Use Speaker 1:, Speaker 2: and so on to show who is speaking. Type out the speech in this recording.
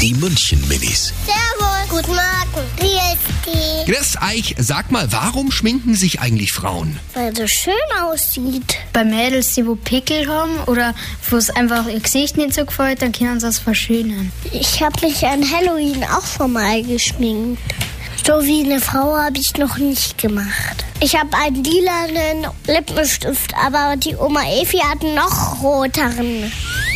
Speaker 1: Die München Minis.
Speaker 2: Servus. Guten Morgen. Wie ist die?
Speaker 1: Chris Eich, sag mal, warum schminken sich eigentlich Frauen?
Speaker 2: Weil so schön aussieht.
Speaker 3: Bei Mädels, die wo Pickel haben oder wo es einfach ihr Gesicht nicht so gefällt, dann können sie das verschönern.
Speaker 2: Ich habe mich an Halloween auch schon mal geschminkt. So wie eine Frau habe ich noch nicht gemacht. Ich habe einen lilanen Lippenstift, aber die Oma Evi hat einen noch roteren.